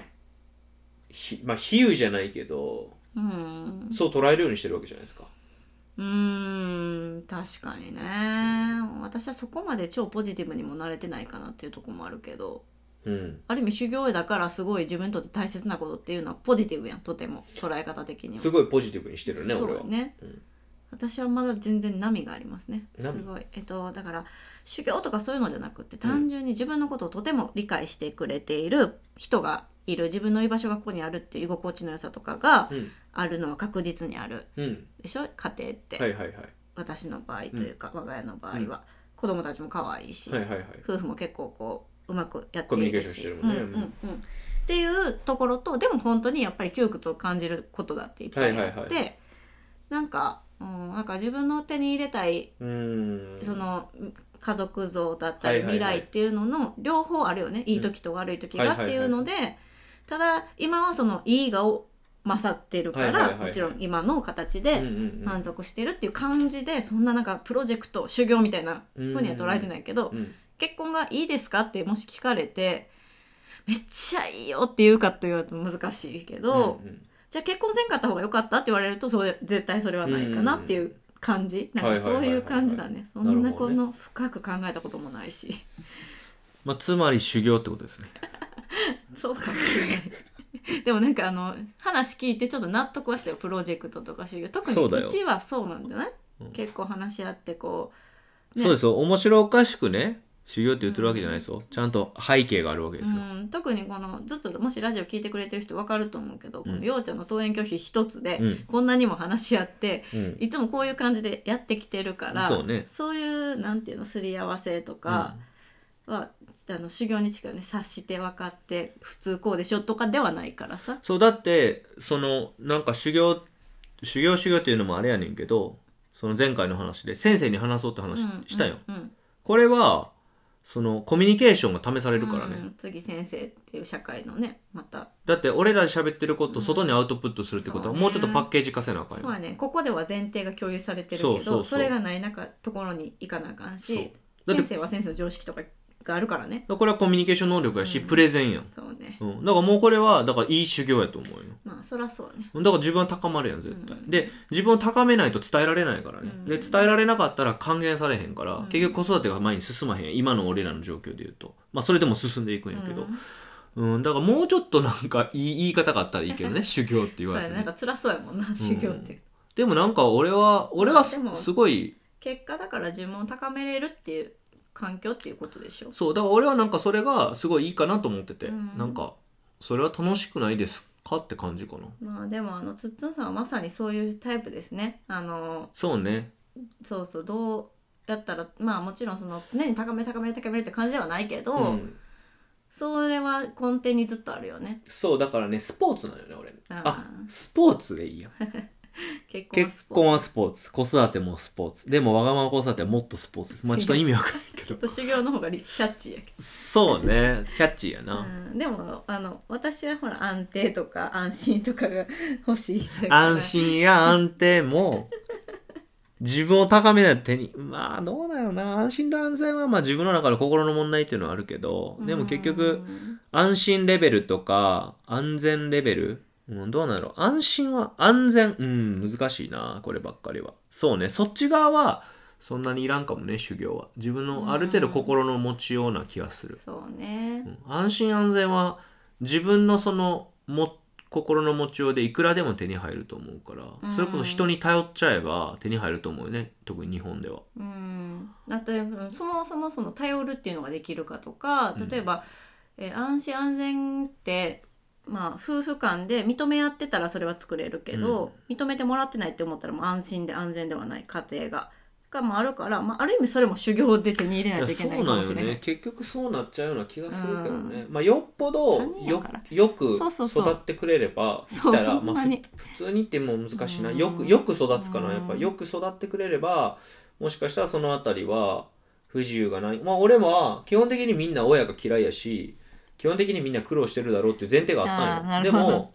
[SPEAKER 1] ひまあ、比喩じゃないけど、
[SPEAKER 2] うん
[SPEAKER 1] そう捉えるようにしてるわけじゃないですか。
[SPEAKER 2] うーん確かにね私はそこまで超ポジティブにも慣れてないかなっていうとこもあるけど
[SPEAKER 1] うん。
[SPEAKER 2] ある意味修行だからすごい自分にとって大切なことっていうのはポジティブやんとても捉え方的には
[SPEAKER 1] すごいポジティブにしてるね、
[SPEAKER 2] そ
[SPEAKER 1] 俺は
[SPEAKER 2] う。ね、
[SPEAKER 1] うん
[SPEAKER 2] 私はまだ全然波がありますねす
[SPEAKER 1] 波
[SPEAKER 2] ごいえっとだから修行とかそういうのじゃなくて単純に自分のことをとても理解してくれている人がいる自分の居場所がここにあるっていう居心地の良さとかが
[SPEAKER 1] うん。
[SPEAKER 2] あるのは確実にある
[SPEAKER 1] うん。
[SPEAKER 2] でしょ家庭って、
[SPEAKER 1] はいはいはい。
[SPEAKER 2] 私の場合というか、我が家の場合は、子供たちも可愛いし、
[SPEAKER 1] はいはいはい。
[SPEAKER 2] 夫婦も結構こううまくやって
[SPEAKER 1] コミュ
[SPEAKER 2] い
[SPEAKER 1] ニケ
[SPEAKER 2] る
[SPEAKER 1] ーションして
[SPEAKER 2] し
[SPEAKER 1] るもんね
[SPEAKER 2] うんうんうんっていうところとでも本当にやっぱり窮屈を感じることだっていっぱいあって、
[SPEAKER 1] はいはいは
[SPEAKER 2] なんか、うん、なんか自分の手に入れたいう
[SPEAKER 1] ーん。
[SPEAKER 2] そ、の家族像だったり
[SPEAKER 1] はいはい
[SPEAKER 2] 未
[SPEAKER 1] はい
[SPEAKER 2] 来っていうのの両方あるよね、いい時と悪い時がっていうので、ただ今はそのいいがを勝ってるから、
[SPEAKER 1] はいはいはいはい
[SPEAKER 2] もちろん今の形
[SPEAKER 1] うんう
[SPEAKER 2] で
[SPEAKER 1] んうん
[SPEAKER 2] 満足してるっていう感じで、そんななんかプロジェクト修行みたいなふうには捉えてないけど、
[SPEAKER 1] うん
[SPEAKER 2] 結婚がいいですかってもし聞かれてめっちゃいいよって言うかと言われると難しいけど、
[SPEAKER 1] うんうん
[SPEAKER 2] じゃあ結婚せんかった方が良かったって言われるとそう絶対それはないかなっていう感じ、
[SPEAKER 1] うん
[SPEAKER 2] なんかそういう感じだね、
[SPEAKER 1] はいはいはいはい
[SPEAKER 2] そんなこの深く考えたこともないし
[SPEAKER 1] まあ、つまり修行ってことですね
[SPEAKER 2] そうかもしれない でもなんかあの話聞いてちょっと納得はしたよプロジェクトとか修行特に
[SPEAKER 1] そうだよ
[SPEAKER 2] うちはそうなんじゃない、
[SPEAKER 1] うん
[SPEAKER 2] 結構話し合ってこね
[SPEAKER 1] そうですよ面白おかしくね修行って言ってるわけじゃないですよ、ちゃんと背景があるわけ
[SPEAKER 2] う、
[SPEAKER 1] ですよ、
[SPEAKER 2] うん、特にこのずっともしラジオ聞いてくれてる人分かると思うけど、こ
[SPEAKER 1] うん
[SPEAKER 2] のようちゃんの登園拒否一つで、
[SPEAKER 1] うん
[SPEAKER 2] こんなにも話し合って
[SPEAKER 1] うん
[SPEAKER 2] いつもこういう感じでやってきてるから
[SPEAKER 1] そうね
[SPEAKER 2] そういうなんていうのすり合わせとかは、あの修行に近いよね察して分かって普通こうでしょとかではないからさ
[SPEAKER 1] そうだってそのなんか修行修行修行っていうのもあれやねんけどその前回の話で先生に話そうって話
[SPEAKER 2] うん
[SPEAKER 1] したよ、
[SPEAKER 2] うんうん
[SPEAKER 1] これはそのコミュニケーションが試されるからね、
[SPEAKER 2] うん次先生っていう社会のねまた
[SPEAKER 1] だって俺らで喋ってるこ
[SPEAKER 2] う
[SPEAKER 1] と
[SPEAKER 2] ん
[SPEAKER 1] 外にアウトプットするってことは
[SPEAKER 2] そうね
[SPEAKER 1] もうちょっとパッケージ化せなあかんよ
[SPEAKER 2] そうやねここでは前提が共有されてるけ
[SPEAKER 1] そ
[SPEAKER 2] ど
[SPEAKER 1] う
[SPEAKER 2] そ
[SPEAKER 1] そうそう
[SPEAKER 2] れがない中ところに行かなあかんし
[SPEAKER 1] そうだって
[SPEAKER 2] 先生は先生の常識とかがあるからね
[SPEAKER 1] これはコミュニケーション能力やし、
[SPEAKER 2] うん
[SPEAKER 1] プレゼンやん、
[SPEAKER 2] そうね
[SPEAKER 1] うん、だからもうこれはだからいい修行やと思うよ
[SPEAKER 2] まあそらそうね
[SPEAKER 1] だから自分は高まるやん絶対、
[SPEAKER 2] うん
[SPEAKER 1] で自分を高めないと伝えられないからね、
[SPEAKER 2] うん
[SPEAKER 1] で伝えられなかったら還元されへんから、
[SPEAKER 2] うん
[SPEAKER 1] 結局子育てが前に進まへん今の俺らの状況で言うとまあそれでも進んでいくんやけど、
[SPEAKER 2] うん
[SPEAKER 1] うんだからもうちょっとなんかいい言い方があったらいいけど ね修行って言
[SPEAKER 2] そう
[SPEAKER 1] わ
[SPEAKER 2] や
[SPEAKER 1] ず
[SPEAKER 2] ね
[SPEAKER 1] に、
[SPEAKER 2] なんか辛そうやもんな修行って、
[SPEAKER 1] でもなんか俺は俺はす
[SPEAKER 2] でも
[SPEAKER 1] すごい
[SPEAKER 2] 結果だから自分を高めれるっていう環境っていうことでしょ
[SPEAKER 1] そうだから俺はなんかそれがすごいいいかなと思ってて、
[SPEAKER 2] うん
[SPEAKER 1] なんかそれは楽しくないですかって感じかな
[SPEAKER 2] まあでもあのつっつんさんはまさにそういうタイプですねあの
[SPEAKER 1] そうね
[SPEAKER 2] そうそうどうやったらまあもちろんその常に高める高める高めるって感じではないけど、
[SPEAKER 1] うん
[SPEAKER 2] それは根底にずっとあるよね
[SPEAKER 1] そうだからねスポーツなんよね俺
[SPEAKER 2] あ
[SPEAKER 1] あスポーツでいいや
[SPEAKER 2] 結婚は
[SPEAKER 1] 結
[SPEAKER 2] スポーツ
[SPEAKER 1] 婚はスポーツ子育てもスポーツでもわがまま子育てはもっとスポーツですまあちょっと意味わかんないけ
[SPEAKER 2] ち
[SPEAKER 1] ど
[SPEAKER 2] ょっと修行の方がリキャッチーやけ
[SPEAKER 1] そうねキャッチーや
[SPEAKER 2] ど、う
[SPEAKER 1] な、
[SPEAKER 2] ん、でもあの私はほら安定とか安心とかが欲しいタイプだから
[SPEAKER 1] 安心や安定も自分を高めないと手にまあどうだよな安心と安全はまあ自分の中の心の問題っていうのはあるけどでも結局、
[SPEAKER 2] うん
[SPEAKER 1] 安心レベルとか安全レベル、うん、どうなんだろう安心は安全うん難しいなこればっかりはそうねそっち側はそんなにいらんかもね修行は自分のある程度心の持ちような気がする、
[SPEAKER 2] そうね
[SPEAKER 1] うん安心安全は自分のそのも心の持ちようでいくらでも手に入ると思うから、
[SPEAKER 2] うん
[SPEAKER 1] それこそ人に頼っちゃえば手に入ると思うよね特に日本では
[SPEAKER 2] うん、だってうんそもそもその頼るっていうのができるかとか
[SPEAKER 1] うん
[SPEAKER 2] 例えば、えー安心安全って、まあ、夫婦間で認め合ってたらそれは作れるけど、認めてもらってないって思ったらもう安心で安全ではない家庭が。がもあるから、まあ、ある意味それも修行で手に入れない
[SPEAKER 1] や
[SPEAKER 2] といけ
[SPEAKER 1] そう
[SPEAKER 2] ないか
[SPEAKER 1] なん
[SPEAKER 2] も
[SPEAKER 1] よ
[SPEAKER 2] しれない
[SPEAKER 1] ね。結局そうなっちゃうような気がするけどね、
[SPEAKER 2] う
[SPEAKER 1] まあよっぽど
[SPEAKER 2] 他人や
[SPEAKER 1] よ
[SPEAKER 2] から
[SPEAKER 1] よく
[SPEAKER 2] そうそうそう
[SPEAKER 1] 育ってくれれば
[SPEAKER 2] そ
[SPEAKER 1] 言
[SPEAKER 2] う
[SPEAKER 1] ったら、
[SPEAKER 2] ほん
[SPEAKER 1] まあ、
[SPEAKER 2] ま
[SPEAKER 1] ふ
[SPEAKER 2] に
[SPEAKER 1] 普通にっても難しいな
[SPEAKER 2] うん
[SPEAKER 1] よくよく育つか
[SPEAKER 2] う
[SPEAKER 1] なんやっぱよく育ってくれればもしかしたらその辺りは不自由がないまあ俺は基本的にみんな親が嫌いやし基本的にみんな苦労してるだろうっていう前提があったん
[SPEAKER 2] あ
[SPEAKER 1] よ
[SPEAKER 2] ー
[SPEAKER 1] で
[SPEAKER 2] なるほど
[SPEAKER 1] も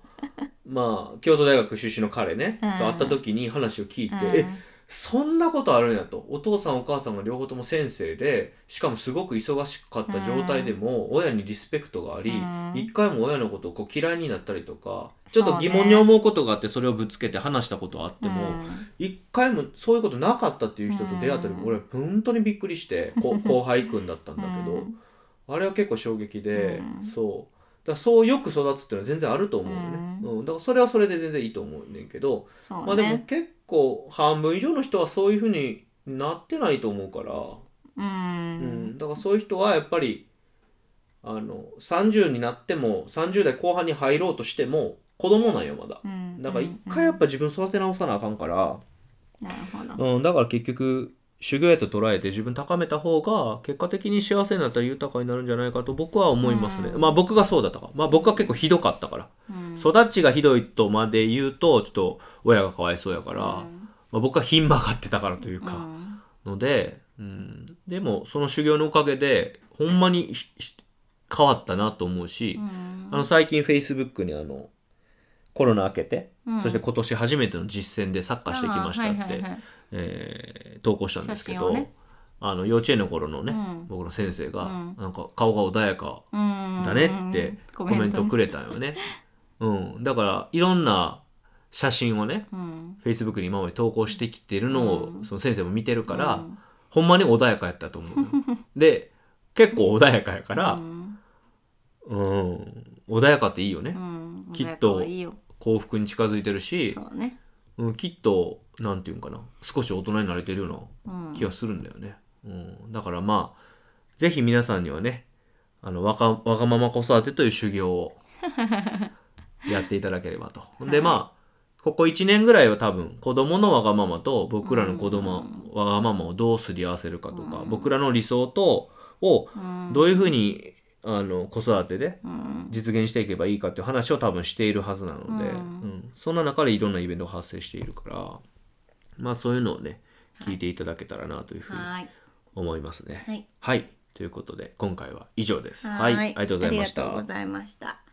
[SPEAKER 1] まあ京都大学出身の彼ね、
[SPEAKER 2] うん
[SPEAKER 1] と会った時に話を聞いて、
[SPEAKER 2] うん
[SPEAKER 1] えそんなことあるんやとお父さんお母さんが両方とも先生でしかもすごく忙しかった状態でも親にリスペクトがあり
[SPEAKER 2] うん
[SPEAKER 1] 一回も親のことをこう嫌いになったりとかちょっと
[SPEAKER 2] そうね
[SPEAKER 1] 疑問に思うことがあってそれをぶつけて話したことはあって
[SPEAKER 2] う
[SPEAKER 1] も
[SPEAKER 2] ん
[SPEAKER 1] 一回もそういうことなかったっていう人と出会った時
[SPEAKER 2] うん
[SPEAKER 1] 俺は本当にびっくりしてこ 後輩君だったんだけ
[SPEAKER 2] う
[SPEAKER 1] ど
[SPEAKER 2] ん
[SPEAKER 1] あれは結構衝撃で
[SPEAKER 2] うん
[SPEAKER 1] そうだからそうよく育つっていうのは全然あると思うよね
[SPEAKER 2] う
[SPEAKER 1] うんだからそれはそれで全然いいと思うねんけど
[SPEAKER 2] そうね
[SPEAKER 1] まあでも結構半分以上の人はそういうふうになってないと思うから、
[SPEAKER 2] う
[SPEAKER 1] うん
[SPEAKER 2] ん
[SPEAKER 1] だからそういう人はやっぱりあの30になっても30代後半に入ろうとしても子供なんよまだ
[SPEAKER 2] うん
[SPEAKER 1] だから一回やっぱ自分育て直さなあかんから、
[SPEAKER 2] うんなるほど
[SPEAKER 1] うん、だから結局修行やと捉えて自分高めた方が結果的に幸せになったり豊かになるんじゃないかと僕は思いますね、
[SPEAKER 2] うん
[SPEAKER 1] まあ僕がそうだったから、まあ、僕は結構ひどかったから、
[SPEAKER 2] うん
[SPEAKER 1] 育ちがひどいとまで言うとちょっと親がかわいそうやから、
[SPEAKER 2] うん
[SPEAKER 1] まあ、僕は貧まがってたからという
[SPEAKER 2] う
[SPEAKER 1] か、
[SPEAKER 2] ん
[SPEAKER 1] ので、うん、でもその修行のおかげでほんまにひひ変わったなと思うし、
[SPEAKER 2] うん
[SPEAKER 1] あの最近 Facebook にあのコロナ明けて、
[SPEAKER 2] うん
[SPEAKER 1] そして今年初めての実践でサッカーしてきましたって、
[SPEAKER 2] あーはいはいはい
[SPEAKER 1] えー投稿したんですけ
[SPEAKER 2] 写真
[SPEAKER 1] ど、
[SPEAKER 2] をね
[SPEAKER 1] あの幼稚園の頃のね、
[SPEAKER 2] うん
[SPEAKER 1] 僕の先生が、
[SPEAKER 2] うん
[SPEAKER 1] なんか顔が穏やか
[SPEAKER 2] うん
[SPEAKER 1] だねってコメントく
[SPEAKER 2] れ、
[SPEAKER 1] れたんよね。うん、だからいろんな写真をね
[SPEAKER 2] うん、
[SPEAKER 1] Facebook に今まで投稿してきてるのを、
[SPEAKER 2] うん
[SPEAKER 1] その先生も見てるから、
[SPEAKER 2] うん
[SPEAKER 1] ほんまに穏やかやったと思うよ。 で結構穏やかやから、
[SPEAKER 2] うん
[SPEAKER 1] うん、穏やかっていいよね、
[SPEAKER 2] うん
[SPEAKER 1] きっと
[SPEAKER 2] 穏やかはいいよ
[SPEAKER 1] 幸福に近づいてるし、
[SPEAKER 2] そうね、
[SPEAKER 1] うん、きっとなんていうんかな少し大人になれてるよ
[SPEAKER 2] うん
[SPEAKER 1] うな気がするんだよね、うん、だからまあぜひ皆さんにはねあのわがわがまま子育てという修行 をやっていただければと、でまあここ1年ぐらいは多分子供のわがままと僕らの子供、わがままをどうすり合わせるかとか、
[SPEAKER 2] うん
[SPEAKER 1] 僕らの理想とを
[SPEAKER 2] うん
[SPEAKER 1] どういうふうにあの子育てで
[SPEAKER 2] うん
[SPEAKER 1] 実現していけばいいかっていう話を多分しているはずなので、
[SPEAKER 2] うん
[SPEAKER 1] うんそんな中でいろんなイベントが発生しているからまあそういうのをね聞いていただけたらなというふうに
[SPEAKER 2] はい
[SPEAKER 1] 思いますね。
[SPEAKER 2] はい
[SPEAKER 1] はい、ということで今回は以上です。はいありがとうございました。
[SPEAKER 2] ありがとうございました